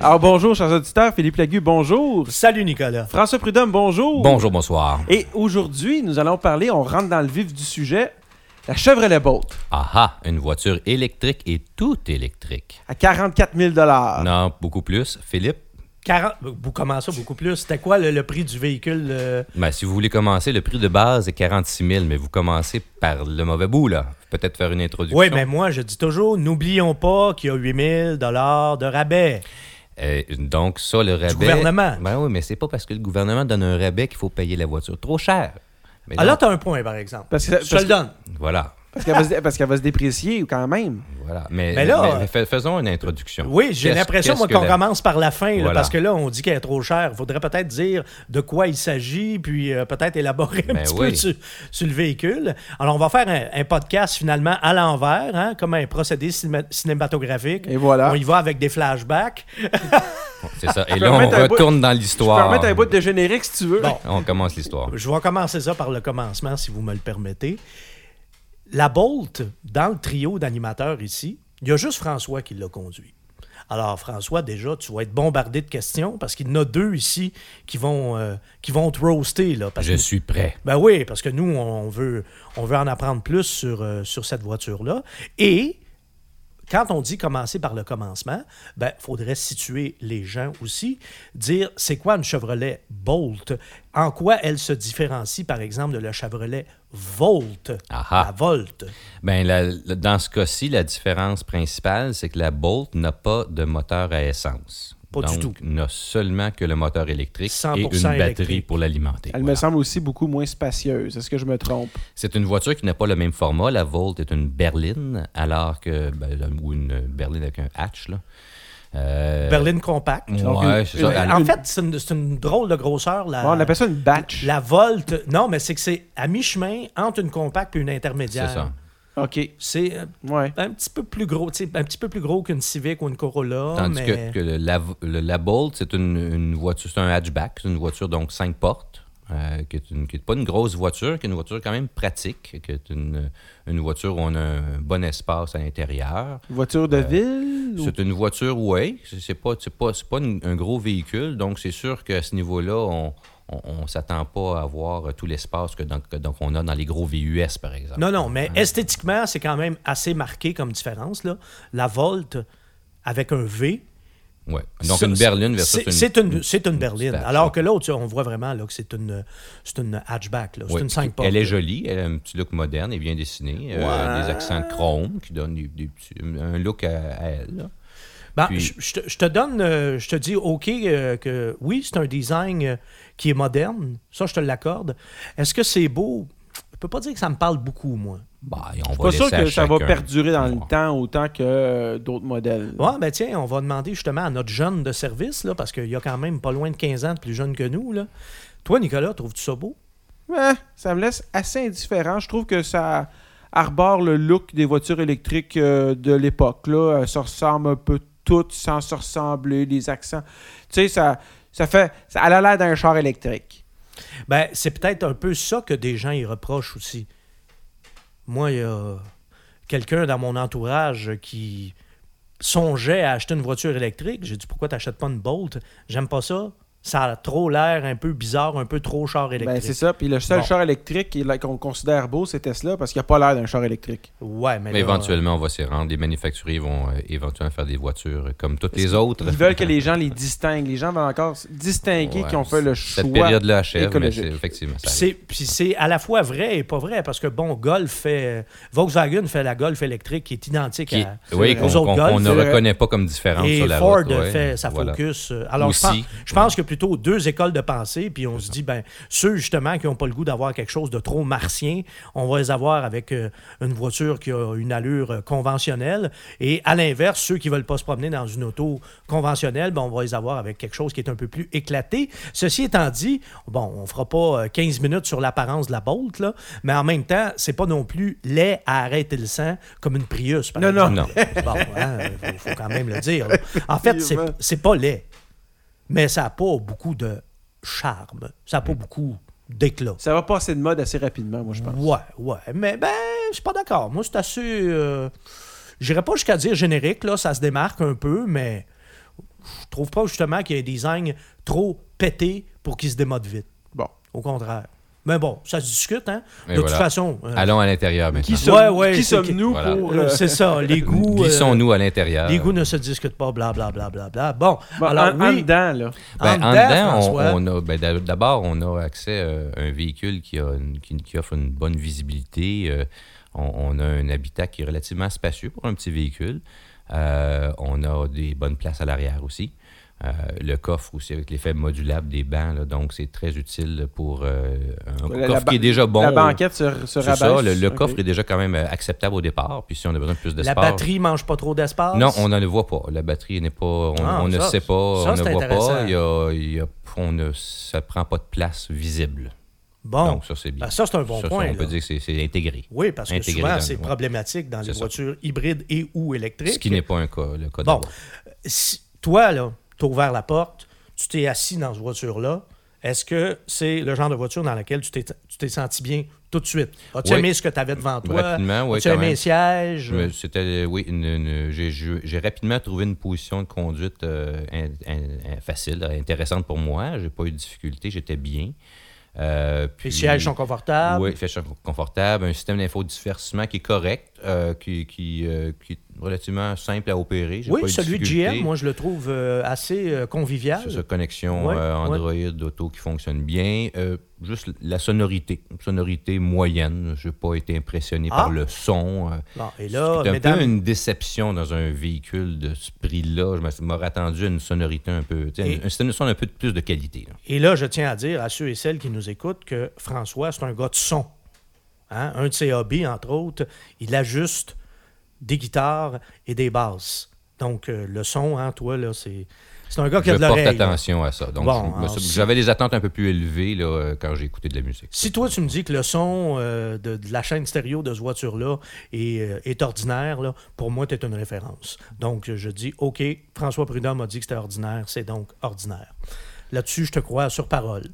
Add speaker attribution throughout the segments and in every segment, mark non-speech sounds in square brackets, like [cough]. Speaker 1: Alors bonjour, chers auditeurs. Philippe Lagu, bonjour.
Speaker 2: Salut Nicolas.
Speaker 1: François Prudhomme, bonjour.
Speaker 3: Bonjour, bonsoir.
Speaker 1: Et aujourd'hui, nous allons parler, on rentre dans le vif du sujet, la Chevrolet Bolt
Speaker 3: Ah ah, une voiture électrique et tout électrique.
Speaker 1: à 44 000
Speaker 3: Non, beaucoup plus. Philippe,
Speaker 2: 40, vous commencez beaucoup plus. C'était quoi le, le prix du véhicule? euh?
Speaker 3: ben, si vous voulez commencer, le prix de base est 46 000, mais vous commencez par le mauvais bout, là. Peut-être faire une introduction.
Speaker 2: Oui, mais moi, je dis toujours, n'oublions pas qu'il y a 8000 dollars de rabais.
Speaker 3: Euh, donc, ça, le rabais.
Speaker 2: gouvernement.
Speaker 3: Ben oui, mais c'est pas parce que le gouvernement donne un rabais qu'il faut payer la voiture trop cher. Mais
Speaker 2: Ah, là,
Speaker 3: donc,
Speaker 2: t'as un point, par exemple.
Speaker 1: Parce que- parce
Speaker 2: je te le
Speaker 1: que-
Speaker 2: donne.
Speaker 3: Voilà.
Speaker 1: Parce qu'elle va, se- parce qu'elle va se déprécier quand même.
Speaker 3: Voilà. Mais,
Speaker 2: Mais là,
Speaker 3: mais-
Speaker 2: euh,
Speaker 3: mais fais- faisons une introduction.
Speaker 2: Oui, j'ai
Speaker 3: Qu'est-ce-
Speaker 2: l'impression,
Speaker 3: qu'est-ce
Speaker 2: moi,
Speaker 3: que
Speaker 2: qu'on
Speaker 3: la-
Speaker 2: commence par la fin, là,
Speaker 3: Voilà.
Speaker 2: parce que là, on dit qu'elle est trop chère. Il faudrait peut-être dire de quoi il s'agit, puis euh, peut-être élaborer un
Speaker 3: Ben
Speaker 2: petit
Speaker 3: oui.
Speaker 2: peu sur, sur le véhicule. Alors, on va faire un, un podcast, finalement, à l'envers, hein, comme un procédé cinéma- cinématographique.
Speaker 1: Et voilà.
Speaker 2: On y va avec des flashbacks.
Speaker 3: C'est
Speaker 2: [laughs]
Speaker 3: ça. Et
Speaker 1: peux
Speaker 3: là, on
Speaker 1: remettre un bout-
Speaker 3: retourne dans
Speaker 1: Je peux
Speaker 3: l'histoire.
Speaker 1: remettre un bout de générique si tu veux.
Speaker 2: Bon.
Speaker 3: On commence
Speaker 2: [laughs]
Speaker 3: l'histoire.
Speaker 2: Je vais commencer ça par le commencement, si vous me le permettez. La Bolt, dans le trio d'animateurs ici, il y a juste François qui l'a conduit. Alors, François, déjà, tu vas être bombardé de questions parce qu'il y en a deux ici qui vont, euh, qui vont te roaster. Là, parce
Speaker 3: Je
Speaker 2: que-
Speaker 3: suis prêt.
Speaker 2: Ben oui, parce que nous, on veut, on veut en apprendre plus sur, euh, sur cette voiture-là. Et quand on dit commencer par le commencement, ben faudrait situer les gens aussi, dire c'est quoi une Chevrolet Bolt, en quoi elle se différencie par exemple de la Chevrolet Volt,
Speaker 3: Aha.
Speaker 2: la Volt.
Speaker 3: Ben, la- la- dans ce cas-ci, la différence principale, c'est que la Bolt n'a pas de moteur à essence.
Speaker 2: Pas du
Speaker 3: Donc,
Speaker 2: tout.
Speaker 3: n'a seulement que le moteur électrique et
Speaker 2: 100%
Speaker 3: une batterie
Speaker 2: électrique.
Speaker 3: pour l'alimenter.
Speaker 1: Elle me
Speaker 3: Voilà.
Speaker 1: semble aussi beaucoup moins spacieuse. Est-ce que je me trompe?
Speaker 3: C'est une voiture qui n'a pas le même format. La Volt est une berline, alors que. ben, ou une berline avec un hatch, là. Euh,
Speaker 2: Berline compacte.
Speaker 1: Donc,
Speaker 3: ouais,
Speaker 1: une-
Speaker 3: c'est ça. Ah,
Speaker 1: une-
Speaker 3: Elle-
Speaker 2: En fait, c'est une, c'est une drôle de grosseur. La,
Speaker 1: Bon, on appelle ça une batch.
Speaker 2: Euh, la Volt, non, mais c'est que c'est à mi-chemin entre une compacte et une
Speaker 3: c'est
Speaker 2: intermédiaire.
Speaker 3: ça.
Speaker 1: OK.
Speaker 2: C'est euh,
Speaker 1: Ouais.
Speaker 2: un petit peu plus gros, tu sais, un petit peu plus gros qu'une Civic ou une Corolla.
Speaker 3: Tandis
Speaker 2: Oh, mais...
Speaker 3: que, que le- la, le- la Bolt, c'est une, une voiture, c'est un hatchback, c'est une voiture donc cinq portes, euh, qui n'est pas une grosse voiture, qui est une voiture quand même pratique, qui est une, une voiture où on a un bon espace à l'intérieur.
Speaker 1: Une voiture
Speaker 3: Euh,
Speaker 1: de ville? ou-
Speaker 3: C'est une voiture, oui, c'est c'est pas, c'est pas, c'est pas une- un gros véhicule, donc c'est sûr qu'à ce niveau-là, on ne s'attend pas à avoir tout l'espace que, dans- que- donc on a dans les gros VUS, par exemple.
Speaker 2: Non, non, mais esthétiquement, c'est quand même assez marqué comme différence. Là. La Volt avec un V.
Speaker 3: Ouais. Donc
Speaker 2: ça-
Speaker 3: une berline versus
Speaker 2: c'est- C'est une, c'est une
Speaker 3: une
Speaker 2: berline.
Speaker 3: petite
Speaker 2: Alors
Speaker 3: hatch,
Speaker 2: que l'autre, on voit vraiment là, que c'est une, c'est une hatchback. là. C'est
Speaker 3: Oui,
Speaker 2: une 5 portes.
Speaker 3: Elle est jolie, elle a un petit look moderne, elle est bien dessinée, euh, des accents de chrome qui donnent des, des petits- un look à, à elle. là.
Speaker 2: Ben,
Speaker 3: puis-
Speaker 2: je, je te- je te donne, euh, je te dis, OK, euh, que oui, c'est un design euh, qui est moderne. Ça, je te l'accorde. Est-ce que c'est beau? Je peux pas dire que ça me parle beaucoup, moi.
Speaker 3: Bah, et on va
Speaker 1: Pas sûr
Speaker 3: laisser à
Speaker 1: que ça va
Speaker 3: chacun
Speaker 1: perdurer dans
Speaker 3: voir.
Speaker 1: le temps autant que euh, d'autres modèles.
Speaker 2: Ouais, ben tiens, on va demander justement à notre jeune de service, là, parce qu'il y a quand même pas loin de 15 ans de plus jeune que nous. Là. Toi, Nicolas, trouves-tu ça beau?
Speaker 1: Ouais, ça me laisse assez indifférent. Je trouve que ça arbore le look des voitures électriques euh, de l'époque. Là, Euh, ça ressemble un peu toutes sans se ressembler, les accents. Tu sais, ça, ça fait. Ça, elle a l'air d'un char électrique.
Speaker 2: Ben, c'est peut-être un peu ça que des gens y reprochent aussi. Moi, il y a quelqu'un dans mon entourage qui songeait à acheter une voiture électrique. J'ai dit pourquoi t'achètes pas une Bolt? J'aime pas ça. Ça a trop l'air un peu bizarre, un peu trop char
Speaker 1: Ben, c'est
Speaker 2: électrique.
Speaker 1: ça. Puis le seul
Speaker 2: Bon.
Speaker 1: char électrique qui- là, qu'on considère beau, c'est Tesla parce qu'il n'y a pas l'air d'un char électrique.
Speaker 2: ouais, mais,
Speaker 3: Mais
Speaker 2: là,
Speaker 3: éventuellement, on va s'y rendre. Les manufacturiers vont euh, éventuellement faire des voitures euh, comme toutes les autres.
Speaker 1: Ils veulent que les gens les distinguent. Les gens veulent encore s- distinguer
Speaker 3: Ouais,
Speaker 1: qu'ils ont fait le choix.
Speaker 3: Cette période-là achève, mais
Speaker 1: écologique.
Speaker 3: c'est effectivement
Speaker 2: Puis
Speaker 3: ça.
Speaker 2: c'est- Puis c'est à la fois vrai et pas vrai, parce que bon, Golf fait. Volkswagen fait la Golf électrique qui est identique
Speaker 3: Qui-
Speaker 2: à.
Speaker 3: oui,
Speaker 1: vrai.
Speaker 3: qu'on
Speaker 2: Aux autres
Speaker 3: qu'on-
Speaker 2: golfs,
Speaker 3: qu'on ne
Speaker 1: c'est vrai.
Speaker 3: reconnaît pas comme différente
Speaker 2: Et
Speaker 3: sur la
Speaker 2: Ford
Speaker 3: route. ouais.
Speaker 2: fait sa
Speaker 3: Voilà.
Speaker 2: focus. euh, Alors, je pense,
Speaker 3: Aussi.
Speaker 2: je pense que plutôt deux écoles de pensée, puis on se dit, ben, ceux justement qui n'ont pas le goût d'avoir quelque chose de trop martien, on va les avoir avec euh, une voiture qui a une allure euh, conventionnelle. Et à l'inverse, ceux qui ne veulent pas se promener dans une auto conventionnelle, ben, on va les avoir avec quelque chose qui est un peu plus éclaté. Ceci étant dit, bon, on ne fera pas euh, 15 minutes sur l'apparence de la Bolt, là, mais en même temps, c'est pas non plus laid à arrêter le sang comme une Prius, par
Speaker 1: Non, non.
Speaker 2: exemple.
Speaker 3: Non.
Speaker 2: Bon, il faut, faut quand même le dire. là. En fait, c'est-
Speaker 1: Effectivement.
Speaker 2: c'est pas laid, mais ça n'a pas beaucoup de charme. Ça n'a pas beaucoup d'éclat.
Speaker 1: Ça va passer de mode assez rapidement, moi, je pense.
Speaker 2: Ouais, ouais. Mais ben, je suis pas d'accord. Moi, c'est assez. euh, J'irais pas jusqu'à dire générique, là, ça se démarque un peu, mais je trouve pas justement qu'il y ait des designs trop pétés pour qu'ils se démodent vite.
Speaker 1: Bon.
Speaker 2: Au contraire. Mais bon, ça se discute, hein?
Speaker 3: Et
Speaker 2: de
Speaker 3: voilà.
Speaker 2: toute façon. euh,
Speaker 3: Allons à l'intérieur maintenant.
Speaker 1: Qui,
Speaker 2: Ouais,
Speaker 1: sommes-
Speaker 2: ouais,
Speaker 1: qui
Speaker 2: c'est-
Speaker 1: sommes-nous
Speaker 3: Voilà.
Speaker 1: pour.
Speaker 2: euh,
Speaker 1: euh,
Speaker 2: c'est ça, les goûts. euh,
Speaker 3: Glissons-nous à l'intérieur.
Speaker 2: les goûts ne se discutent pas, blablabla. Bla, bla, bla. Bon,
Speaker 1: bon,
Speaker 2: alors
Speaker 1: en, en
Speaker 2: oui,
Speaker 1: dedans, là.
Speaker 3: Ben,
Speaker 2: en dedans,
Speaker 3: en dedans, on-
Speaker 2: François.
Speaker 3: on, a, ben, d'a- d'abord, on a accès euh, à un véhicule qui, a une- qui- qui offre une bonne visibilité. euh, on, on a un habitat qui est relativement spacieux pour un petit véhicule. Euh, on a des bonnes places à l'arrière aussi. Euh, le coffre aussi avec l'effet modulable des bancs, là, donc c'est très utile pour euh, un
Speaker 1: La- la
Speaker 3: coffre
Speaker 1: ba-
Speaker 3: qui est déjà bon.
Speaker 1: la banquette se, se
Speaker 3: C'est
Speaker 1: rabaisse.
Speaker 3: ça, le, le
Speaker 1: Ok.
Speaker 3: coffre est déjà quand même euh, acceptable au départ. Puis si on a besoin de plus
Speaker 2: la
Speaker 3: d'espace.
Speaker 2: batterie mange pas trop d'espace.
Speaker 3: Non, on ne le voit pas. La batterie n'est pas. On,
Speaker 2: Ah,
Speaker 3: on ne
Speaker 2: ça,
Speaker 3: sait pas.
Speaker 2: ça,
Speaker 3: on
Speaker 2: c'est
Speaker 3: ne voit
Speaker 2: intéressant.
Speaker 3: pas. Il y a- il y a- on ne, ça prend pas de place visible.
Speaker 2: Bon,
Speaker 3: Donc, ça, c'est bien.
Speaker 2: ben, ça, c'est un bon
Speaker 3: Ça, ça,
Speaker 2: point.
Speaker 3: on peut
Speaker 2: là.
Speaker 3: dire que c'est- c'est intégré.
Speaker 2: Oui, parce que
Speaker 3: Intégré
Speaker 2: souvent,
Speaker 3: dans-
Speaker 2: c'est
Speaker 3: ouais.
Speaker 2: problématique dans les
Speaker 3: C'est ça.
Speaker 2: voitures hybrides et ou électriques.
Speaker 3: Ce qui n'est pas un cas, le cas
Speaker 2: Bon,
Speaker 3: d'avant.
Speaker 2: si- toi, là, tu as ouvert la porte, tu t'es assis dans cette voiture-là. Est-ce que c'est le genre de voiture dans laquelle tu t'es tu t'es senti bien tout de suite? As-tu
Speaker 3: Oui.
Speaker 2: aimé ce que tu avais devant toi?
Speaker 3: Rapidement, oui,
Speaker 2: As-tu
Speaker 3: quand
Speaker 2: aimé
Speaker 3: même.
Speaker 2: les sièges?
Speaker 3: Je me- C'était, oui, une- une- j'ai- j'ai j'ai rapidement trouvé une position de conduite euh, in- in- in- facile, euh, intéressante pour moi. J'ai pas eu de difficulté, j'étais bien. Euh,
Speaker 2: Les
Speaker 3: puis-
Speaker 2: sièges sont confortables?
Speaker 3: Oui, fait chaud, confortable, un système d'infodivertissement qui est correct, euh, qui, qui, euh, qui est relativement simple à opérer. J'ai
Speaker 2: Oui,
Speaker 3: pas eu de
Speaker 2: celui de
Speaker 3: difficulté.
Speaker 2: GM, moi, je le trouve euh, assez euh, convivial.
Speaker 3: C'est ça, connexion
Speaker 2: Ouais,
Speaker 3: euh, Android, auto qui fonctionne bien. Euh, juste la sonorité, une sonorité moyenne. Je n'ai pas été impressionné
Speaker 2: Ah.
Speaker 3: par le son. euh,
Speaker 2: Bon, et là,
Speaker 3: c'est un
Speaker 2: mesdames,
Speaker 3: peu une déception dans un véhicule de ce prix-là. Je m'ass- m'aurais attendu à une sonorité un peu. tu sais,
Speaker 2: Et-
Speaker 3: Un un système de son un peu de plus de qualité. là.
Speaker 2: Et là, je tiens à dire à ceux et celles qui nous écoutent que François, c'est un gars de son. Hein? Un de ses hobbies, entre autres, il ajuste des guitares et des basses. Donc, euh, le son, hein, toi, là, c'est. C'est un gars qui a
Speaker 3: Je
Speaker 2: de
Speaker 3: porte
Speaker 2: l'oreille. là.
Speaker 3: attention à ça. Donc,
Speaker 2: Bon,
Speaker 3: je- moi,
Speaker 2: alors, si-
Speaker 3: j'avais des attentes un peu plus élevées là, euh, quand j'ai écouté de la musique.
Speaker 2: Si toi, tu me dis que le son euh, de, de la chaîne stéréo de cette voiture-là est, euh, est ordinaire, là, pour moi, tu es une référence. Donc, je dis, OK, François Prudhomme a dit que c'était ordinaire, c'est donc ordinaire. Là-dessus, je te crois sur parole.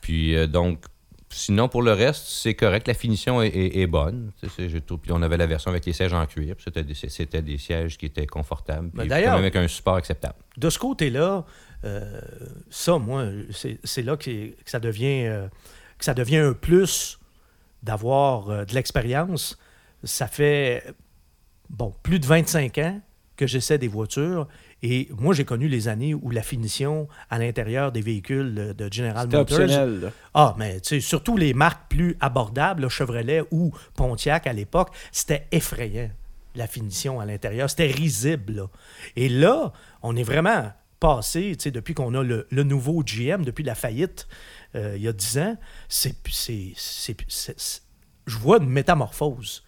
Speaker 3: Puis euh, donc, sinon pour le reste, c'est correct. La finition est, est- est bonne. Tu sais, c'est- je trouve. Puis on avait la version avec les sièges en cuir. puis C'était des, c'était des sièges qui étaient confortables.
Speaker 2: Ben,
Speaker 3: Puis
Speaker 2: d'ailleurs-
Speaker 3: quand même avec un support acceptable.
Speaker 2: de ce côté-là, euh, ça, moi, c'est c'est là que, que ça devient, euh, que ça devient un plus d'avoir euh, de l'expérience. Ça fait, euh, bon, plus de 25 ans que j'essaie des voitures. Et moi, j'ai connu les années où la finition à l'intérieur des véhicules de- de General
Speaker 1: C'était
Speaker 2: Motors...
Speaker 1: optionnel. là.
Speaker 2: Ah, mais tu sais, surtout les marques plus abordables, là, Chevrolet ou Pontiac à l'époque, c'était effrayant, la finition à l'intérieur. C'était risible. là. Et là, on est vraiment passé, tu sais, depuis qu'on a le, le nouveau GM, depuis la faillite euh, il y a 10 ans, c'est. c'est- c'est- c'est- c'est- Je vois une métamorphose.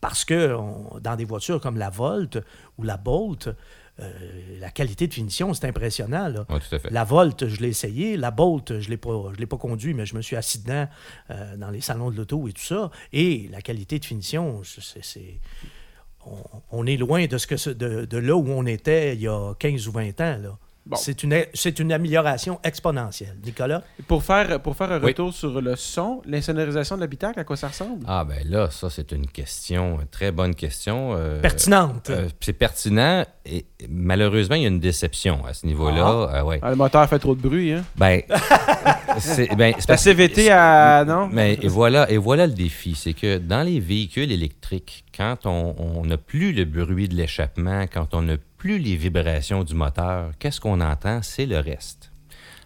Speaker 2: Parce que on- dans des voitures comme la Volt ou la Bolt, euh, la qualité de finition, c'est impressionnant. là.
Speaker 3: Oui, tout à fait.
Speaker 2: La Volt, je l'ai essayé. La Bolt, je ne l'ai pas- je l'ai pas conduit, mais je me suis assis dedans euh, dans les salons de l'auto et tout ça. Et la qualité de finition, c'est- c'est. c'est- On, on est loin de, ce que, ce- de, de là où on était il y a 15 ou 20 ans. là.
Speaker 1: Bon.
Speaker 2: C'est une, c'est une amélioration exponentielle. Nicolas?
Speaker 3: Euh,
Speaker 1: Pour faire, pour faire un
Speaker 3: Oui.
Speaker 1: retour sur le son, l'insonorisation de l'habitacle, à quoi ça ressemble?
Speaker 3: Ah ben là, ça c'est une question, une très bonne question. euh,
Speaker 2: Pertinente.
Speaker 3: euh, c'est pertinent et malheureusement il y a une déception à ce niveau-là. Ah ouais.
Speaker 1: Ah, le moteur fait trop de bruit. Hein?
Speaker 3: Ben,
Speaker 2: [laughs]
Speaker 3: c'est ben, c'est
Speaker 1: La
Speaker 3: parce-
Speaker 1: CVT à. Non?
Speaker 3: Mais et voilà, et voilà le défi, c'est que dans les véhicules électriques, quand on on n'a plus le bruit de l'échappement, quand on n'a plus les vibrations du moteur, qu'est-ce qu'on entend? C'est le reste.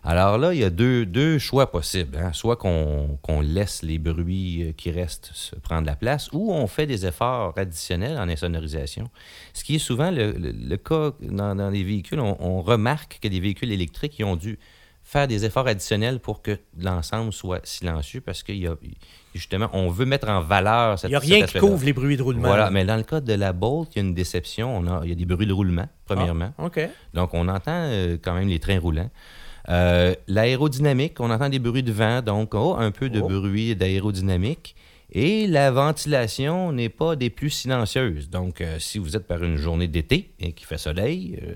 Speaker 3: Alors là, il y a deux, deux choix possibles. hein. Soit qu'on qu'on laisse les bruits euh, qui restent se prendre la place, ou on fait des efforts additionnels en insonorisation. Ce qui est souvent le, le- le cas dans, dans les véhicules, on, on remarque que les véhicules électriques ils ont dû faire des efforts additionnels pour que l'ensemble soit silencieux, parce qu'il y a justement, on veut mettre en valeur
Speaker 2: Il
Speaker 3: cette
Speaker 2: n'y a rien
Speaker 3: cet
Speaker 2: qui
Speaker 3: aspect-là.
Speaker 2: couvre les bruits de roulement.
Speaker 3: Voilà, mais dans le cas de la Bolt, il y a une déception. On a, il y a des bruits de roulement,
Speaker 2: Ah.
Speaker 3: premièrement.
Speaker 2: OK.
Speaker 3: Donc, on entend euh, quand même les trains roulants. Euh, L'aérodynamique, on entend des bruits de vent, donc oh, un peu de
Speaker 2: Oh.
Speaker 3: bruit d'aérodynamique. Et la ventilation n'est pas des plus silencieuses. Donc, euh, si vous êtes par une journée d'été et qu'il fait soleil, euh,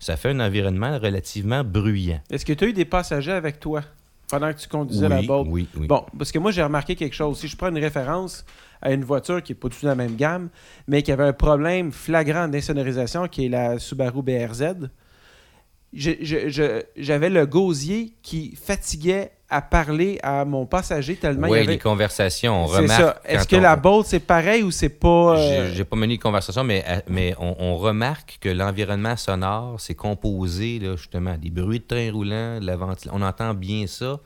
Speaker 3: ça fait un environnement relativement bruyant.
Speaker 1: Est-ce que tu as eu des passagers avec toi pendant que tu conduisais la
Speaker 3: oui,
Speaker 1: boat?
Speaker 3: oui, oui.
Speaker 1: Bon, parce que moi, j'ai remarqué quelque chose. Si je prends une référence à une voiture qui n'est pas du tout dans la même gamme, mais qui avait un problème flagrant d'insonorisation, qui est la Subaru BRZ, je- je- je- j'avais le gosier qui fatiguait à parler à mon passager tellement
Speaker 3: Oui,
Speaker 1: il y avait...
Speaker 3: les conversations, on
Speaker 1: C'est
Speaker 3: remarque.
Speaker 1: ça. Est-ce
Speaker 3: quand
Speaker 1: que
Speaker 3: on-
Speaker 1: la Bolt, c'est pareil ou c'est pas... euh,
Speaker 3: J'ai j'ai pas mené de conversation, mais, euh, mais on, on remarque que l'environnement sonore, c'est composé, là, justement, des bruits de train roulant, de la ventil- On entend bien ça.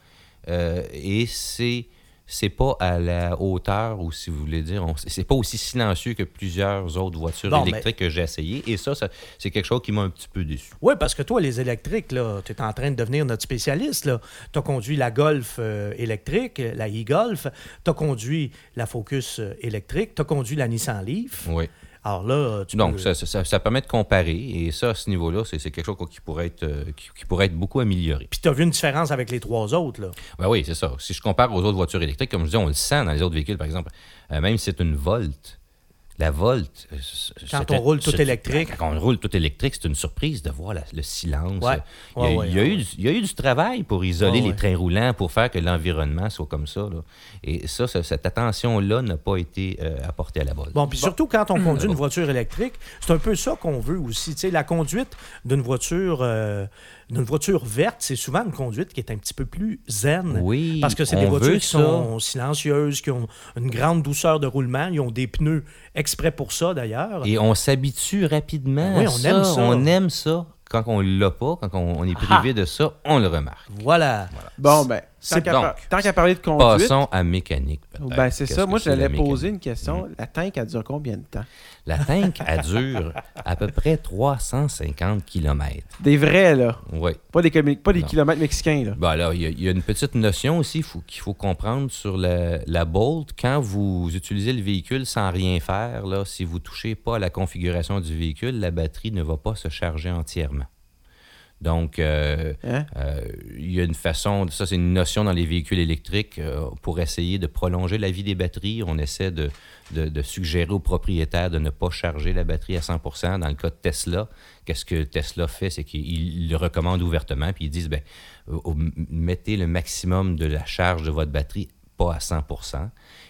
Speaker 3: euh, et c'est. C'est pas à la hauteur, ou si vous voulez dire, on- c'est pas aussi silencieux que plusieurs autres voitures
Speaker 2: Non, mais-
Speaker 3: électriques que j'ai essayées. Et ça, ça- c'est quelque chose qui m'a un petit peu déçu.
Speaker 2: Oui, parce que toi, les électriques, là, tu es en train de devenir notre spécialiste. Tu as conduit la Golf euh, électrique, la e-Golf, tu as conduit la Focus euh, électrique, tu as conduit la Nissan Leaf.
Speaker 3: Oui.
Speaker 2: Alors là, tu
Speaker 3: Donc,
Speaker 2: peux-
Speaker 3: ça, ça- ça- ça permet de comparer. Et ça, à ce niveau-là, c'est c'est quelque chose qui pourrait être, euh, qui- qui pourrait être beaucoup amélioré.
Speaker 2: Puis tu as vu une différence avec les trois autres. Là.
Speaker 3: Ben oui, c'est ça. Si je compare aux autres voitures électriques, comme je dis, on le sent dans les autres véhicules, par exemple, euh, même si c'est une Volt, la Volt. euh, c-
Speaker 2: Quand
Speaker 3: c'est
Speaker 2: on
Speaker 3: un-
Speaker 2: roule tout
Speaker 3: c'est-
Speaker 2: électrique.
Speaker 3: Quand on roule tout électrique, c'est une surprise de voir la- le silence.
Speaker 2: Ouais.
Speaker 3: Il y a-
Speaker 2: Ouais,
Speaker 3: il
Speaker 2: ouais,
Speaker 3: y a
Speaker 2: ouais,
Speaker 3: eu du- il y a eu du travail pour isoler
Speaker 2: Ouais, ouais.
Speaker 3: les trains roulants, pour faire que l'environnement soit comme ça. là. Et ça, ça- cette attention-là n'a pas été euh, apportée à la Volt.
Speaker 2: Bon, puis surtout quand on conduit
Speaker 3: Bon. Hmm.
Speaker 2: une voiture électrique, c'est un peu ça qu'on veut aussi. Tu sais, la conduite d'une voiture, euh, d'une voiture verte, c'est souvent une conduite qui est un petit peu plus zen.
Speaker 3: Oui,
Speaker 2: Parce que c'est
Speaker 3: on
Speaker 2: des voitures
Speaker 3: veut
Speaker 2: qui
Speaker 3: ça.
Speaker 2: sont silencieuses, qui ont une grande douceur de roulement. Ils ont des pneus exprès pour ça, d'ailleurs.
Speaker 3: Et on s'habitue rapidement.
Speaker 2: bah. Ben oui,
Speaker 3: à
Speaker 2: on aime ça. Ah!
Speaker 3: On aime ça. Quand on l'a pas, quand on, on est privé de ça, on le remarque.
Speaker 2: Voilà.
Speaker 1: Bon, ben, tant
Speaker 3: C'est
Speaker 1: qu'à
Speaker 3: donc-
Speaker 1: par- tant qu'à parler de conduite...
Speaker 3: Passons à mécanique. peut-être.
Speaker 1: Ben, c'est
Speaker 3: Qu'est-ce
Speaker 1: ça.
Speaker 3: que
Speaker 1: Moi,
Speaker 3: c'est Mm. la
Speaker 1: j'allais
Speaker 3: mécanique?
Speaker 1: poser une question. La tank, elle dure combien de temps?
Speaker 3: La tank, elle dure à peu près 350 km.
Speaker 1: Des vrais, là.
Speaker 3: Oui.
Speaker 1: Pas des, comi- pas des
Speaker 3: Non.
Speaker 1: kilomètres mexicains, là.
Speaker 3: Ben alors, il y, a- il y a une petite notion aussi faut- qu'il faut comprendre sur la, la Bolt. Quand vous utilisez le véhicule sans rien faire, là, si vous ne touchez pas à la configuration du véhicule, la batterie ne va pas se charger entièrement. Donc, euh,
Speaker 1: Hein?
Speaker 3: euh, il y a une façon, ça c'est une notion dans les véhicules électriques, euh, pour essayer de prolonger la vie des batteries, on essaie de, de- de suggérer aux propriétaires de ne pas charger la batterie à 100 Dans le cas de Tesla, qu'est-ce que Tesla fait, c'est qu'ils le recommandent ouvertement, puis ils disent, ben, euh, euh, m- mettez le maximum de la charge de votre batterie pas à 100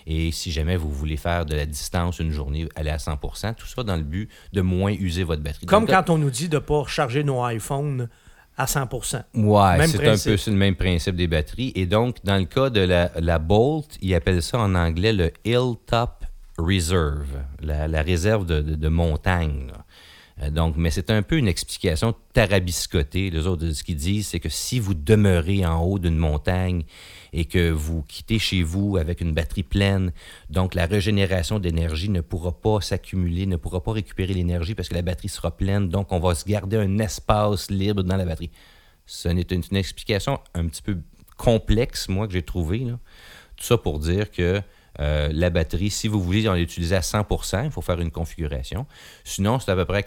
Speaker 3: Et si jamais vous voulez faire de la distance une journée, aller à 100 tout ça dans le but de moins user votre batterie.
Speaker 2: Comme
Speaker 3: Dans le cas-
Speaker 2: quand on nous dit de ne pas recharger nos iPhones à 100
Speaker 3: Ouais,
Speaker 2: Même
Speaker 3: c'est un
Speaker 2: principe.
Speaker 3: peu c'est le même principe des batteries. Et donc, dans le cas de la, la Bolt, ils appellent ça en anglais le Hilltop Reserve, la, la réserve de, de- de montagne. là. Euh, Donc, mais c'est un peu une explication tarabiscotée. Les autres, ce qu'ils disent, c'est que si vous demeurez en haut d'une montagne et que vous quittez chez vous avec une batterie pleine, donc la régénération d'énergie ne pourra pas s'accumuler, ne pourra pas récupérer l'énergie parce que la batterie sera pleine. Donc, on va se garder un espace libre dans la batterie. Ce n'est une, une explication un petit peu complexe, moi, que j'ai trouvée. là. Tout ça pour dire que euh, la batterie, si vous voulez en l'utiliser à 100 il faut faire une configuration. Sinon, c'est à peu près à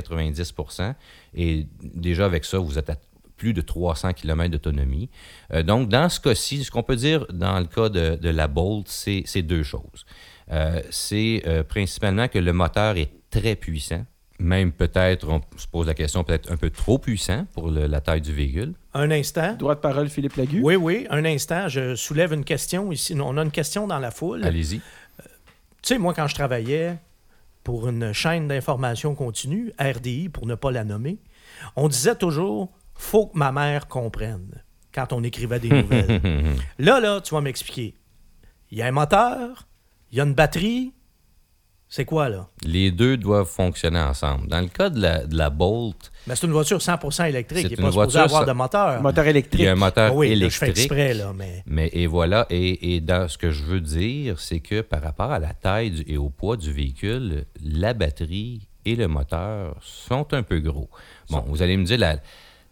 Speaker 3: 85-90 Et déjà, avec ça, vous êtes à plus de 300 km d'autonomie. Euh, donc, dans ce cas-ci, ce qu'on peut dire dans le cas de, de la Bolt, c'est c'est deux choses. Euh, c'est euh, principalement que le moteur est très puissant. Même peut-être, on se pose la question, peut-être un peu trop puissant pour le- la taille du véhicule.
Speaker 2: Un instant.
Speaker 1: Droit de parole, Philippe Lagu.
Speaker 2: Oui, oui, un instant. Je soulève une question ici. On a une question dans la foule.
Speaker 3: Allez-y.
Speaker 2: Tu sais, moi, quand je travaillais pour une chaîne d'information continue, RDI, pour ne pas la nommer, on disait toujours faut que ma mère comprenne quand on écrivait des nouvelles.
Speaker 3: [laughs]
Speaker 2: là, là, tu vas m'expliquer. Il y a un moteur, il y a une batterie. C'est quoi, là?
Speaker 3: Les deux doivent fonctionner ensemble. Dans le cas de la, de la Bolt,
Speaker 2: Ben, c'est une voiture 100 électrique.
Speaker 3: C'est
Speaker 2: Il n'est
Speaker 3: une
Speaker 2: pas supposé
Speaker 3: voiture,
Speaker 2: avoir
Speaker 3: ça-
Speaker 2: de moteur.
Speaker 1: Moteur électrique.
Speaker 3: il y a un
Speaker 2: Ah
Speaker 3: moteur
Speaker 2: oui, là, je fais
Speaker 3: électrique.
Speaker 2: exprès, là, mais.
Speaker 3: Mais et voilà, et, et dans ce que je veux dire, c'est que par rapport à la taille du- et au poids du véhicule, la batterie et le moteur sont un peu gros. Bon, vous allez me dire, la,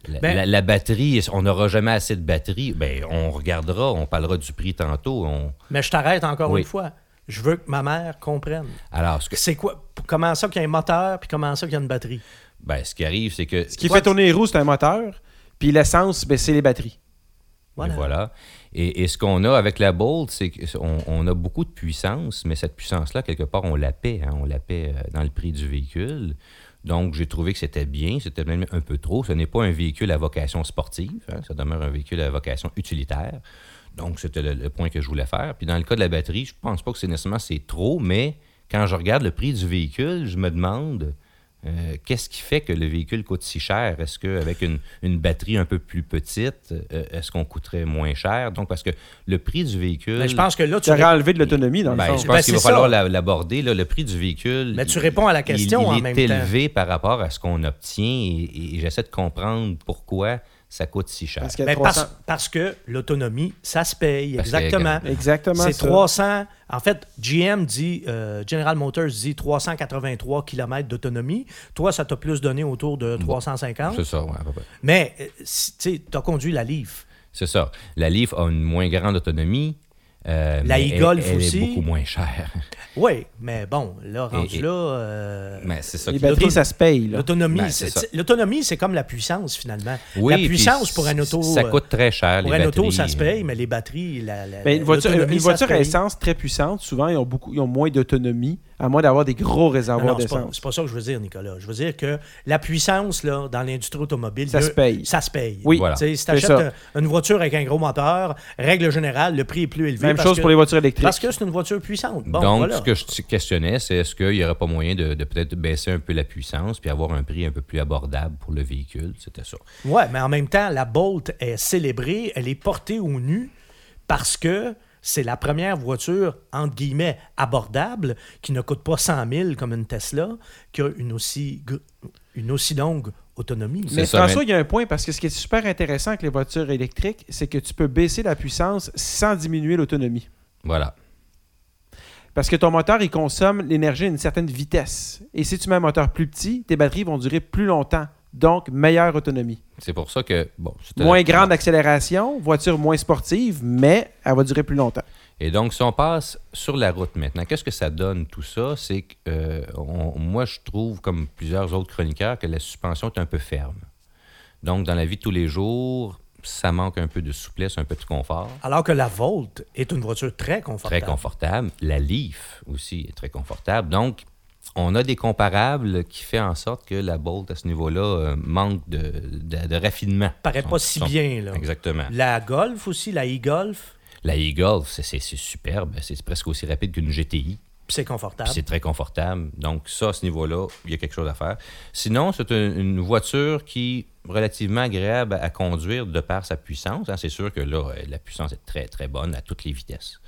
Speaker 3: la,
Speaker 2: Ben-
Speaker 3: la- la batterie, on n'aura jamais assez de batterie. Ben, on regardera, on parlera du prix tantôt. On...
Speaker 2: Mais je t'arrête encore
Speaker 3: Oui.
Speaker 2: une fois. Je veux que ma mère comprenne.
Speaker 3: Alors, ce, que,
Speaker 2: C'est quoi? Comment ça qu'il y a un moteur, puis comment ça qu'il y a une batterie?
Speaker 3: ben, ce qui arrive, c'est que...
Speaker 1: Ce qui fait tourner les roues, c'est un moteur. Puis l'essence, ben, c'est les batteries.
Speaker 3: Et
Speaker 2: Voilà.
Speaker 3: Voilà. Et, et ce qu'on a avec la Bolt, c'est qu'on on a beaucoup de puissance, mais cette puissance-là, quelque part, on la paie. hein, on la paie euh, dans le prix du véhicule. Donc, j'ai trouvé que c'était bien, c'était même un peu trop. Ce n'est pas un véhicule à vocation sportive, hein, ça demeure un véhicule à vocation utilitaire. Donc, c'était le, le point que je voulais faire. Puis, dans le cas de la batterie, je pense pas que c'est nécessairement c'est trop, mais quand je regarde le prix du véhicule, je me demande Euh, Qu'est-ce qui fait que le véhicule coûte si cher? Est-ce qu'avec une, une batterie un peu plus petite, euh, est-ce qu'on coûterait moins cher? Donc, parce que le prix du véhicule.
Speaker 2: Ben, je pense que là,
Speaker 1: Tu
Speaker 2: tu,
Speaker 1: aurais enlevé de l'autonomie, dans le
Speaker 3: Ben,
Speaker 1: fond.
Speaker 3: je pense
Speaker 2: Ben,
Speaker 3: qu'il va
Speaker 2: c'est
Speaker 3: falloir
Speaker 2: ça.
Speaker 3: la- l'aborder. là. Le prix du véhicule.
Speaker 2: Mais tu
Speaker 3: il-
Speaker 2: réponds à la
Speaker 3: il-
Speaker 2: question
Speaker 3: il,
Speaker 2: en
Speaker 3: est
Speaker 2: même
Speaker 3: élevé par rapport à ce qu'on obtient et, et j'essaie de comprendre pourquoi ça coûte si cher.
Speaker 1: Parce qu'il y a
Speaker 2: Ben,
Speaker 1: 300
Speaker 2: parce, parce que l'autonomie, ça se paye,
Speaker 3: Parce que-
Speaker 2: exactement.
Speaker 1: Exactement
Speaker 2: C'est
Speaker 1: ça.
Speaker 2: 300. En fait, GM dit, euh, General Motors dit 383 km d'autonomie. Toi, ça t'a plus donné autour de 350.
Speaker 3: C'est ça, ouais, à peu près.
Speaker 2: Mais, euh, si- tu sais, t'as conduit la Leaf.
Speaker 3: C'est ça. La Leaf a une moins grande autonomie. euh,
Speaker 2: La
Speaker 3: mais elle-
Speaker 2: e-Golf
Speaker 3: elle,
Speaker 2: aussi.
Speaker 3: est beaucoup moins chère. [laughs]
Speaker 2: Oui, mais bon, là, rendu
Speaker 3: et-
Speaker 2: là. euh,
Speaker 3: Mais c'est ça.
Speaker 1: Les
Speaker 3: qui-
Speaker 1: batteries, ça se paye. là.
Speaker 2: L'autonomie,
Speaker 3: Ben,
Speaker 2: c'est-
Speaker 3: c'est ça.
Speaker 2: c'est- l'autonomie, c'est comme la puissance, finalement.
Speaker 3: Oui,
Speaker 2: la
Speaker 3: puis
Speaker 2: puissance pour un auto.
Speaker 3: Ça
Speaker 2: euh,
Speaker 3: coûte très cher.
Speaker 2: Pour
Speaker 3: les
Speaker 2: un auto,
Speaker 3: batteries.
Speaker 2: ça se paye, mais les batteries, la, la-
Speaker 1: Mais une voiture,
Speaker 2: l'autonomie,
Speaker 1: une
Speaker 2: ça se
Speaker 1: voiture à
Speaker 2: paye.
Speaker 1: essence très puissante, souvent, ils ont, beaucoup, ils ont moins d'autonomie, à moins d'avoir des gros
Speaker 2: Ah Non,
Speaker 1: réservoirs
Speaker 2: non, c'est pas,
Speaker 1: Ah, d'essence.
Speaker 2: c'est pas ça que je veux dire, Nicolas. Je veux dire que la puissance là, dans l'industrie automobile,
Speaker 1: Ça
Speaker 2: il y a-
Speaker 1: se paye.
Speaker 2: Ça se paye.
Speaker 1: Oui,
Speaker 3: Voilà.
Speaker 2: Tu sais, Si tu
Speaker 1: c'est
Speaker 2: achètes
Speaker 1: ça.
Speaker 2: une voiture avec un gros moteur, règle générale, le prix est plus élevé.
Speaker 1: Même
Speaker 2: parce
Speaker 1: chose
Speaker 2: que-
Speaker 1: pour les voitures électriques.
Speaker 2: Parce que c'est une voiture puissante. Bon,
Speaker 3: Donc,
Speaker 2: voilà.
Speaker 3: ce que je te questionnais, c'est est-ce qu'il n'y aurait pas moyen de, de peut-être baisser un peu la puissance puis avoir un prix un peu plus abordable pour le véhicule? C'était ça.
Speaker 2: Ouais, mais en même temps, la Bolt est célébrée, elle est portée au nu parce que c'est la première voiture, entre guillemets, abordable, qui ne coûte pas 100 000 comme une Tesla, qui a une aussi, gr- une aussi longue autonomie.
Speaker 1: Mais
Speaker 3: C'est ça,
Speaker 1: François,
Speaker 3: mais-
Speaker 1: il y a un point, parce que ce qui est super intéressant avec les voitures électriques, c'est que tu peux baisser la puissance sans diminuer l'autonomie.
Speaker 3: Voilà.
Speaker 1: Parce que ton moteur, il consomme l'énergie à une certaine vitesse. Et si tu mets un moteur plus petit, tes batteries vont durer plus longtemps. Donc, meilleure autonomie.
Speaker 3: C'est pour ça que, bon, c'était-
Speaker 1: Moins grande accélération, voiture moins sportive, mais elle va durer plus longtemps.
Speaker 3: Et donc, si on passe sur la route maintenant, qu'est-ce que ça donne tout ça? C'est que euh, on- moi, je trouve, comme plusieurs autres chroniqueurs, que la suspension est un peu ferme. Donc, dans la vie de tous les jours, ça manque un peu de souplesse, un peu de confort.
Speaker 2: Alors que la Volt est une voiture très confortable.
Speaker 3: Très confortable. La Leaf aussi est très confortable. Donc, on a des comparables qui fait en sorte que la Bolt, à ce niveau-là, euh, manque de, de- de raffinement.
Speaker 2: Paraît
Speaker 3: Son-
Speaker 2: pas si
Speaker 3: son-
Speaker 2: bien, là.
Speaker 3: Exactement.
Speaker 2: La Golf aussi, la e-Golf,
Speaker 3: La e-Golf, c'est- c'est c'est superbe. C'est presque aussi rapide qu'une
Speaker 2: puis
Speaker 3: GTI.
Speaker 2: c'est
Speaker 3: Puis
Speaker 2: confortable.
Speaker 3: C'est très confortable. Donc, ça, à ce niveau-là, il y a quelque chose à faire. Sinon, c'est un- une voiture qui est relativement agréable à, à conduire de par sa puissance. hein. C'est sûr que là, euh, la puissance est très, très bonne à toutes les vitesses.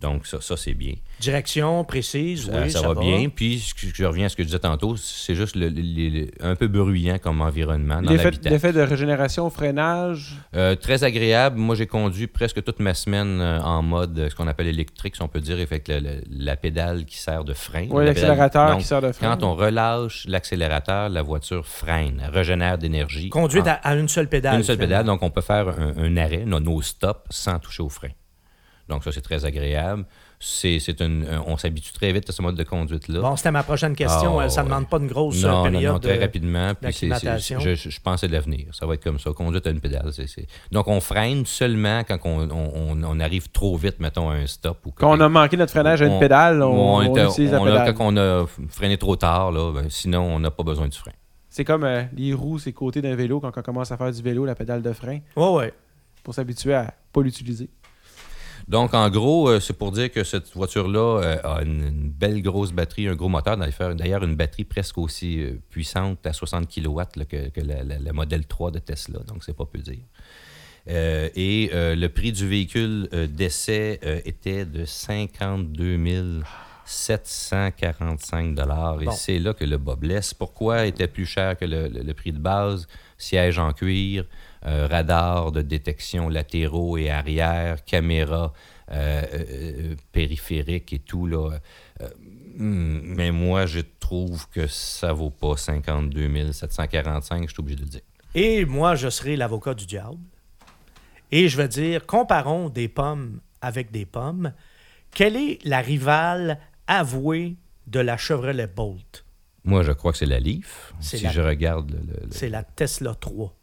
Speaker 3: Donc, ça, ça c'est bien.
Speaker 2: Direction précise,
Speaker 3: Ça,
Speaker 2: oui,
Speaker 3: ça va, bien. Puis, ce que- je reviens à ce que je disais tantôt, c'est juste le- le- le- un peu bruyant comme environnement dans
Speaker 1: L'effet
Speaker 3: l'habitat.
Speaker 1: l'effet de régénération, freinage,
Speaker 3: Euh, très agréable. Moi, j'ai conduit presque toute ma semaine euh, en mode euh, ce qu'on appelle électrique, si on peut dire, avec la, la- la pédale qui sert de frein.
Speaker 1: ouais,
Speaker 3: La pédale-
Speaker 1: l'accélérateur
Speaker 3: Donc,
Speaker 1: qui sert de frein.
Speaker 3: Quand on relâche l'accélérateur, la voiture freine, elle régénère d'énergie.
Speaker 2: Conduite
Speaker 3: En-
Speaker 2: à, à une seule pédale.
Speaker 3: Ah. une seule
Speaker 2: finalement.
Speaker 3: pédale, donc on peut faire un, un arrêt, nos, nos stops, sans toucher au frein. Donc ça, c'est très agréable. C'est, c'est une- un- on s'habitue très vite à ce mode de conduite-là.
Speaker 2: Bon, c'était ma prochaine question.
Speaker 3: Ah,
Speaker 2: ça ne
Speaker 3: ouais.
Speaker 2: demande pas une grosse euh,
Speaker 3: non, non,
Speaker 2: période.
Speaker 3: non, très
Speaker 2: de-
Speaker 3: rapidement. Puis c'est- c'est-
Speaker 2: d'acclimatation.
Speaker 3: je, je- je pense que c'est de l'avenir. Ça va être comme ça. Conduite à une pédale. c'est- c'est- Donc on freine seulement quand on, on- on- on arrive trop vite, mettons, à un stop. Ou que-
Speaker 1: Quand on a manqué notre freinage à une
Speaker 3: on-
Speaker 1: pédale, on,
Speaker 3: on est-
Speaker 1: on utilise la
Speaker 3: on a-
Speaker 1: pédale.
Speaker 3: Quand on a freiné trop tard, là, ben, sinon on n'a pas besoin du frein.
Speaker 1: C'est comme euh, les roues, c'est côté d'un vélo. Quand on commence à faire du vélo, la pédale de frein,
Speaker 2: Ouais, ouais.
Speaker 1: pour s'habituer à pas l'utiliser.
Speaker 3: Donc, en gros, euh, c'est pour dire que cette voiture-là euh, a une, une belle grosse batterie, un gros moteur. D'ailleurs, d'ailleurs, une batterie presque aussi euh, puissante à 60 kW là, que, que la, la- la modèle 3 de Tesla. Donc, c'est pas peu dire. Euh, et euh, le prix du véhicule euh, d'essai euh, était de 52 745 Et
Speaker 2: Bon.
Speaker 3: c'est là que le bas blesse. Pourquoi était plus cher que le, le- le prix de base? Siège en cuir, euh, radar de détection latéraux et arrière, caméra euh, euh, euh, périphérique et tout. Là. Euh, hmm, mais moi, je trouve que ça vaut pas 52 745, je suis obligé de le dire.
Speaker 2: Et moi, je serai l'avocat du diable. Et je vais dire, comparons des pommes avec des pommes. Quelle est la rivale avouée de la Chevrolet Bolt?
Speaker 3: Moi, je crois que c'est la Leaf.
Speaker 2: C'est
Speaker 3: Si
Speaker 2: la-
Speaker 3: je regarde le- le- le-
Speaker 2: C'est la Tesla 3.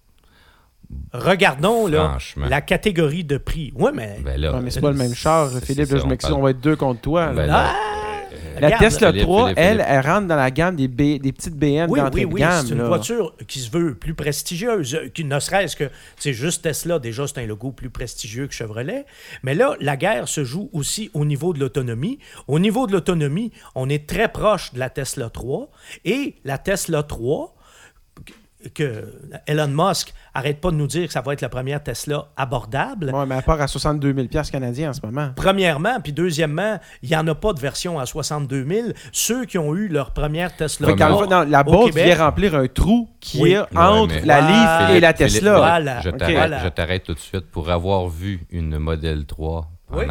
Speaker 2: Regardons là,
Speaker 3: Franchement.
Speaker 2: la catégorie de prix. Oui, mais...
Speaker 3: Ben là,
Speaker 1: Ouais, mais c'est pas le même char,
Speaker 3: c'est-
Speaker 1: Philippe.
Speaker 3: c'est
Speaker 1: là,
Speaker 3: ça,
Speaker 1: je
Speaker 3: on
Speaker 1: m'excuse,
Speaker 3: parle-
Speaker 1: on va être deux contre toi. là.
Speaker 3: Ben là,
Speaker 2: Ah!
Speaker 1: La
Speaker 2: regarde,
Speaker 1: Tesla
Speaker 3: Philippe,
Speaker 1: 3,
Speaker 3: Philippe,
Speaker 1: elle,
Speaker 3: Philippe.
Speaker 1: elle rentre dans la gamme des, B- des petites BM
Speaker 2: Oui,
Speaker 1: d'entrée
Speaker 2: oui,
Speaker 1: de
Speaker 2: oui,
Speaker 1: gamme.
Speaker 2: c'est une
Speaker 1: là.
Speaker 2: voiture qui se veut plus prestigieuse, euh, qui ne serait-ce que, c'est juste Tesla, déjà, c'est un logo plus prestigieux que Chevrolet. Mais là, la guerre se joue aussi au niveau de l'autonomie. Au niveau de l'autonomie, on est très proche de la Tesla 3 et la Tesla 3 que Elon Musk arrête pas de nous dire que ça va être la première Tesla abordable.
Speaker 1: Ouais, mais elle part à 62 000 piastres canadiens en ce moment.
Speaker 2: Premièrement, puis deuxièmement, il n'y en a pas de version à 62 000. Ceux qui ont eu leur première Tesla
Speaker 1: Fait que dans le
Speaker 2: 3
Speaker 1: fond, non, la
Speaker 2: au
Speaker 1: Bolt
Speaker 2: Québec,
Speaker 1: vient remplir un trou qui
Speaker 2: Oui.
Speaker 1: est
Speaker 3: Ouais,
Speaker 1: entre
Speaker 3: mais-
Speaker 1: la
Speaker 2: Ah,
Speaker 1: Leaf et
Speaker 2: Philippe,
Speaker 1: la
Speaker 3: Philippe,
Speaker 1: Tesla.
Speaker 2: Voilà.
Speaker 3: Je
Speaker 1: Ok.
Speaker 3: t'arrête
Speaker 2: Voilà.
Speaker 3: je t'arrête tout de suite. Pour avoir vu une modèle 3 pendant
Speaker 2: Oui.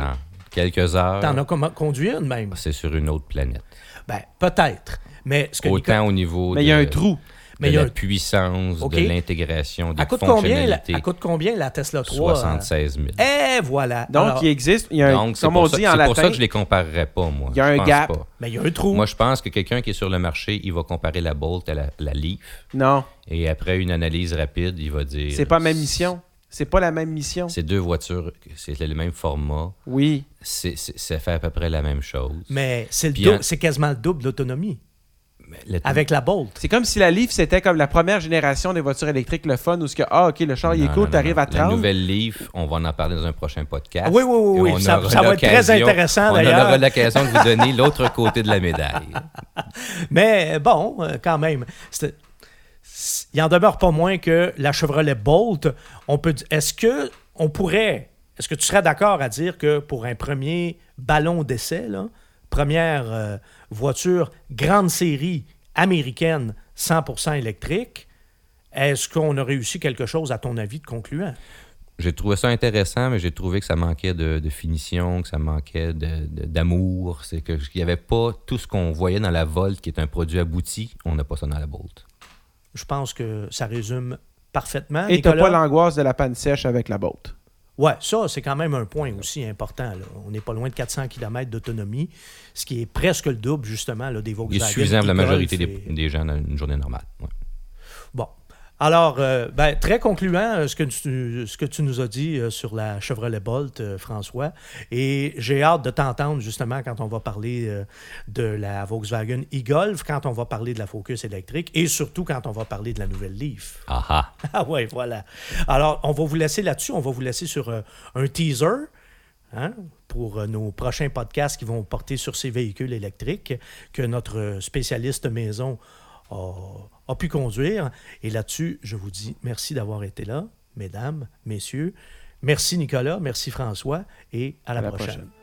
Speaker 3: quelques heures,
Speaker 2: T'en as comment- conduit une même.
Speaker 3: c'est sur une autre planète.
Speaker 2: Ben, peut-être. Mais ce que Nicolas-
Speaker 3: Autant au niveau
Speaker 1: Mais il y a
Speaker 3: de-
Speaker 1: un trou.
Speaker 2: Mais
Speaker 3: de
Speaker 2: il y a
Speaker 3: la
Speaker 2: un-
Speaker 3: puissance,
Speaker 2: Ok.
Speaker 3: de l'intégration, des
Speaker 2: elle coûte, combien, la,
Speaker 3: fonctionnalités.
Speaker 2: elle coûte combien la Tesla 3?
Speaker 3: 76 000.
Speaker 2: Eh voilà.
Speaker 1: Donc,
Speaker 2: Alors,
Speaker 1: il existe, euh, il y a un,
Speaker 3: Donc, c'est
Speaker 1: comme on
Speaker 3: pour, ça,
Speaker 1: dit
Speaker 3: c'est
Speaker 1: en
Speaker 3: pour
Speaker 1: latin,
Speaker 3: ça que je les comparerais pas, moi.
Speaker 1: il y a
Speaker 3: Je
Speaker 1: un
Speaker 3: pense
Speaker 1: gap.
Speaker 3: pas.
Speaker 2: Mais il y a un trou.
Speaker 3: Moi, je pense que quelqu'un qui est sur le marché, il va comparer la Bolt à la, la Leaf.
Speaker 1: non,
Speaker 3: Et après une analyse rapide, il va dire...
Speaker 1: c'est pas la même mission. C'est pas la même mission.
Speaker 3: C'est deux voitures, c'est le même format,
Speaker 1: Oui.
Speaker 3: c'est- c'est- ça fait à peu près la même chose.
Speaker 2: mais c'est le
Speaker 3: Puis
Speaker 2: dou-
Speaker 3: en-
Speaker 2: c'est quasiment le double d'autonomie
Speaker 3: Mais le-
Speaker 2: avec la Bolt.
Speaker 1: C'est comme si la Leaf, c'était comme la première génération des voitures électriques, le fun, où ce que, ah, OK, le char, il est
Speaker 3: Non, non,
Speaker 1: cool,
Speaker 3: non,
Speaker 1: t'arrives
Speaker 3: non.
Speaker 1: à 30.
Speaker 3: La nouvelle Leaf, on va en parler dans un prochain podcast.
Speaker 2: Ah oui, oui, oui,
Speaker 3: Et
Speaker 2: oui.
Speaker 3: on
Speaker 2: Ça-
Speaker 3: aura
Speaker 2: ça va être très
Speaker 3: l'occasion-
Speaker 2: intéressant,
Speaker 3: On aura
Speaker 2: d'ailleurs.
Speaker 3: l'occasion de
Speaker 2: [laughs]
Speaker 3: vous donner l'autre côté de la médaille.
Speaker 2: Mais bon, euh, quand même. c'est- c'est- Il en demeure pas moins que la Chevrolet Bolt, on peut di- est-ce que on pourrait est-ce que tu serais d'accord à dire que pour un premier ballon d'essai là, première euh, voiture grande série américaine 100% électrique, est-ce qu'on a réussi quelque chose à ton avis de concluant
Speaker 3: J'ai trouvé ça intéressant, mais j'ai trouvé que ça manquait de, de finition, que ça manquait de- de- d'amour. C'est que- qu'il n'y avait pas tout ce qu'on voyait dans la Volt, qui est un produit abouti, on n'a pas ça dans la Bolt.
Speaker 2: Je pense que ça résume parfaitement
Speaker 1: Et t'as
Speaker 2: Nicolas.
Speaker 1: pas l'angoisse de la panne sèche avec la botte.
Speaker 2: Ouais, ça, c'est quand même un point aussi important. là. On n'est pas loin de 400 km d'autonomie, ce qui est presque le double, justement, là, des
Speaker 3: Il
Speaker 2: Volkswagen.
Speaker 3: est suffisant pour la
Speaker 2: Golf
Speaker 3: majorité
Speaker 2: et-
Speaker 3: des, des gens dans une journée normale. ouais.
Speaker 2: Bon. Alors, euh, ben, très concluant, euh, ce que, tu, ce que tu nous as dit euh, sur la Chevrolet Bolt, euh, François. Et j'ai hâte de t'entendre, justement, quand on va parler euh, de la Volkswagen e-Golf, quand on va parler de la Focus électrique et surtout quand on va parler de la nouvelle Leaf.
Speaker 3: Ah ah!
Speaker 2: [laughs] Ah ouais, voilà. Alors, on va vous laisser là-dessus. On va vous laisser sur euh, un teaser hein, pour euh, nos prochains podcasts qui vont porter sur ces véhicules électriques que notre euh, spécialiste maison a, a pu conduire. Et là-dessus, je vous dis merci d'avoir été là, mesdames, messieurs. Merci Nicolas, merci François et à la,
Speaker 1: À la
Speaker 2: prochaine.
Speaker 1: prochaine.